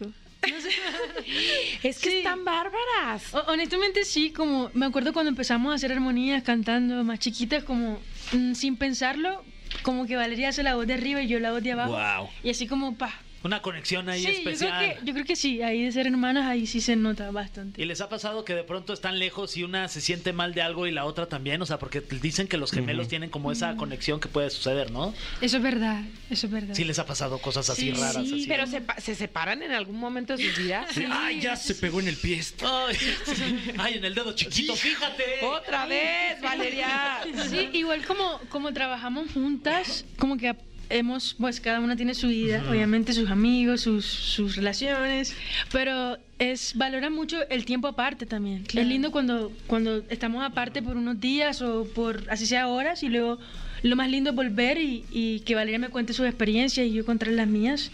Speaker 1: Es que
Speaker 7: Sí.
Speaker 1: están bárbaras.
Speaker 7: Ho- Honestamente sí, como me acuerdo cuando empezamos a hacer armonías cantando más chiquitas, como mm, sin pensarlo, como que Valeria hace la voz de arriba y yo la voz de abajo.
Speaker 2: Wow.
Speaker 7: Y así como, pa.
Speaker 3: Una conexión ahí
Speaker 7: sí,
Speaker 3: especial.
Speaker 7: Yo, creo que, yo creo que sí, ahí de ser hermanas, ahí sí se nota bastante.
Speaker 3: ¿Y les ha pasado que de pronto están lejos y una se siente mal de algo y la otra también? O sea, porque dicen que los gemelos tienen como esa conexión que puede suceder, ¿no?
Speaker 7: Eso es verdad, eso es verdad.
Speaker 3: Sí les ha pasado cosas así
Speaker 7: Sí,
Speaker 3: raras.
Speaker 7: sí,
Speaker 3: así.
Speaker 1: Pero se, pa- se separan en algún momento de sus vidas.
Speaker 2: ¡Ay, Ah, ya se pegó en el pie!
Speaker 3: Ay, [laughs] ay, en el dedo chiquito, fíjate.
Speaker 1: Otra vez, Valeria.
Speaker 3: [laughs]
Speaker 7: Sí, igual como, como trabajamos juntas, como que hemos, pues cada una tiene su vida, obviamente sus amigos, sus, sus relaciones, pero es valora mucho el tiempo aparte también. Es lindo cuando, cuando estamos aparte por unos días o por así sea horas y luego lo más lindo es volver y, y que Valeria me cuente sus experiencias y yo contar las mías.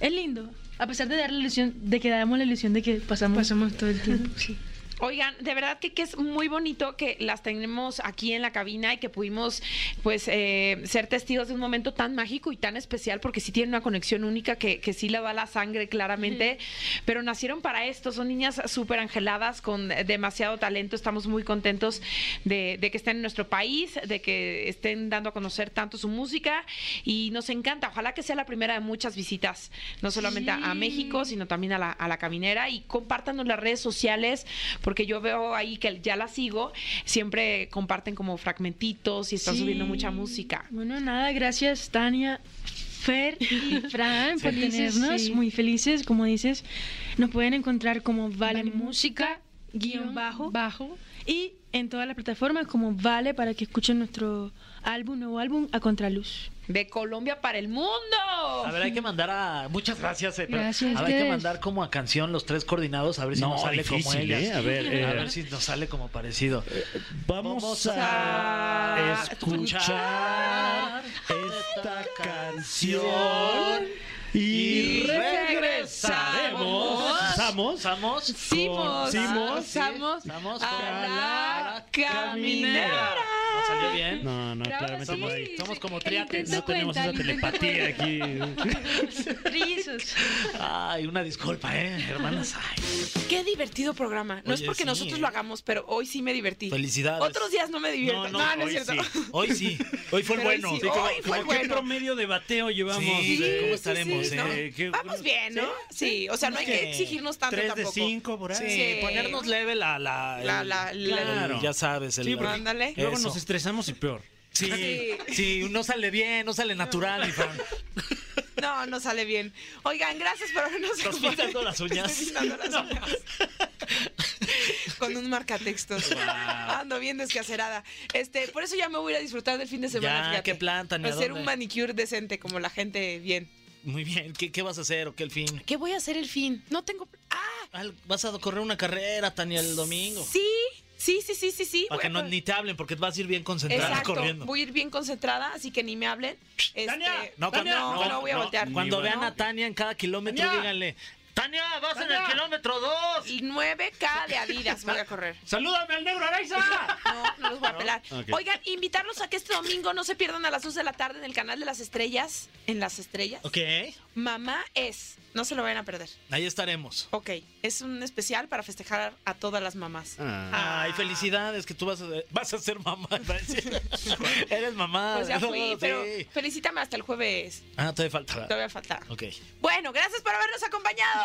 Speaker 7: Es lindo. A pesar de dar la ilusión, de que damos la ilusión de que pasamos, pasamos todo el tiempo. Sí.
Speaker 1: Oigan, de verdad que, que es muy bonito que las tenemos aquí en la cabina y que pudimos pues eh, ser testigos de un momento tan mágico y tan especial porque sí tienen una conexión única que, que sí la da la sangre claramente, pero nacieron para esto, son niñas súper angeladas con demasiado talento, estamos muy contentos de, de que estén en nuestro país, de que estén dando a conocer tanto su música y nos encanta, ojalá que sea la primera de muchas visitas, no solamente a- a
Speaker 7: Sí.
Speaker 1: México, sino también a la, a la caminera y compártanos las redes sociales porque yo veo ahí que ya la sigo, siempre comparten como fragmentitos y están
Speaker 7: Sí.
Speaker 1: subiendo mucha música.
Speaker 7: Bueno, nada, gracias Tania, Fer y Fran por
Speaker 8: Felices,
Speaker 7: tenernos.
Speaker 8: sí.
Speaker 7: Muy felices, como dices. Nos pueden encontrar como Vale
Speaker 8: Vale
Speaker 7: Música, guión bajo,
Speaker 8: Bajo.
Speaker 7: y en todas las plataformas como Vale para que escuchen nuestro álbum, nuevo álbum, A Contraluz.
Speaker 1: De Colombia para el mundo.
Speaker 3: A ver, hay que mandar a. Muchas gracias. eh, pero-
Speaker 8: Gracias
Speaker 3: a ver, hay que
Speaker 8: ustedes.
Speaker 3: mandar como a canción los tres coordinados, a ver si
Speaker 2: No,
Speaker 3: nos sale como
Speaker 2: difícil,
Speaker 3: ellas.
Speaker 2: ¿eh? A ver, eh.
Speaker 3: a ver si nos sale como parecido.
Speaker 2: Vamos,
Speaker 3: Vamos
Speaker 2: a
Speaker 1: a
Speaker 2: escuchar esta canción y
Speaker 1: y
Speaker 2: regresaremos.
Speaker 3: regresamos.
Speaker 2: ¿Samos?
Speaker 3: ¿Samos?
Speaker 1: Simos,
Speaker 2: Simos,
Speaker 1: Samos
Speaker 3: Samos con
Speaker 1: a la
Speaker 3: la
Speaker 1: caminera.
Speaker 3: ¿No salió bien?
Speaker 2: No, no, claramente
Speaker 3: somos,
Speaker 2: no hay-
Speaker 3: somos como
Speaker 8: intento
Speaker 3: triates.
Speaker 2: No tenemos
Speaker 8: cuenta,
Speaker 2: esa
Speaker 8: el intento
Speaker 2: telepatía aquí.
Speaker 7: Rizos.
Speaker 3: Ay, una disculpa, ¿eh? Hermanas, ay.
Speaker 1: Qué divertido programa. No es
Speaker 10: Oye,
Speaker 1: porque
Speaker 10: sí,
Speaker 1: nosotros
Speaker 10: ¿eh?
Speaker 1: lo hagamos, pero hoy sí me divertí.
Speaker 10: Felicidades.
Speaker 1: Otros días no me divierto. No, no, es
Speaker 10: hoy
Speaker 1: cierto.
Speaker 10: Sí. Hoy sí. Hoy fue el
Speaker 1: Pero hoy
Speaker 10: bueno.
Speaker 1: sí, hoy fue bueno.
Speaker 2: promedio de bateo llevamos?
Speaker 10: Sí,
Speaker 2: Eh,
Speaker 10: ¿cómo estaremos,
Speaker 1: sí,
Speaker 10: eh?
Speaker 1: ¿no?
Speaker 2: Eh, qué-
Speaker 1: Vamos bien, ¿no? Sí, o sea, no hay que exigirnos tanto
Speaker 2: Pues Tres de
Speaker 1: tampoco.
Speaker 2: cinco por ahí.
Speaker 10: Sí,
Speaker 1: Sí.
Speaker 10: ponernos leve la. la,
Speaker 1: La-
Speaker 10: el-
Speaker 1: la- la-
Speaker 10: claro, Ya sabes, el.
Speaker 2: Sí, porque
Speaker 1: Ándale.
Speaker 2: Luego
Speaker 10: Eso.
Speaker 2: nos estresamos y peor.
Speaker 10: Sí,
Speaker 1: Sí.
Speaker 10: sí, no sale bien, no sale natural, mi Fran.
Speaker 1: No, no sale bien. Oigan, gracias por habernos
Speaker 3: Estás pintando
Speaker 1: [laughs]
Speaker 3: las uñas.
Speaker 1: Estoy pintando
Speaker 10: [laughs]
Speaker 1: las uñas. Con un marcatextos. Ando bien descacerada. Este, por eso ya me voy a ir a disfrutar del fin de semana.
Speaker 10: Ya,
Speaker 1: fíjate.
Speaker 10: ¿qué plan, Tania?
Speaker 1: Hacer un
Speaker 10: ¿Dónde?
Speaker 1: manicure decente como la gente bien.
Speaker 10: Muy bien, ¿qué, qué vas a hacer o qué el fin?
Speaker 1: ¿Qué voy a hacer el fin? No tengo. ¡Ah!
Speaker 10: Al- Vas a correr una carrera, Tania, el domingo.
Speaker 1: Sí, sí, sí, sí, sí, sí.
Speaker 10: Para que
Speaker 1: Voy a
Speaker 10: no,
Speaker 1: cor-
Speaker 10: ni te hablen, porque vas a ir bien concentrada
Speaker 1: Exacto.
Speaker 10: corriendo.
Speaker 1: Voy a ir bien concentrada, así que ni me hablen. Este,
Speaker 10: No, cuando,
Speaker 1: no, no voy a voltear.
Speaker 10: Cuando
Speaker 1: No.
Speaker 10: vean a Tania en cada kilómetro,
Speaker 3: Tania.
Speaker 10: díganle.
Speaker 3: Tania, vas en el kilómetro 2.
Speaker 1: Y 9K de Adidas voy a correr.
Speaker 3: ¡Salúdame al negro Araiza!
Speaker 1: No, no los voy a pelar.
Speaker 2: Ok.
Speaker 1: Oigan, invitarlos a que este domingo no se pierdan a las 2 de la tarde en el canal de las estrellas. En las estrellas.
Speaker 10: Ok,
Speaker 1: Mamá es. No se lo vayan a perder.
Speaker 10: ahí estaremos.
Speaker 1: Ok. Es un especial para festejar a todas las mamás.
Speaker 2: Ah.
Speaker 10: Ay, felicidades que tú vas a, vas a ser mamá. [laughs] va a decir. Eres mamá.
Speaker 1: Pues ya
Speaker 10: No,
Speaker 1: fui,
Speaker 10: sí.
Speaker 1: pero felicítame hasta el jueves.
Speaker 10: Ah, todavía falta.
Speaker 1: Todavía falta.
Speaker 10: Ok.
Speaker 1: Bueno, gracias por habernos acompañado.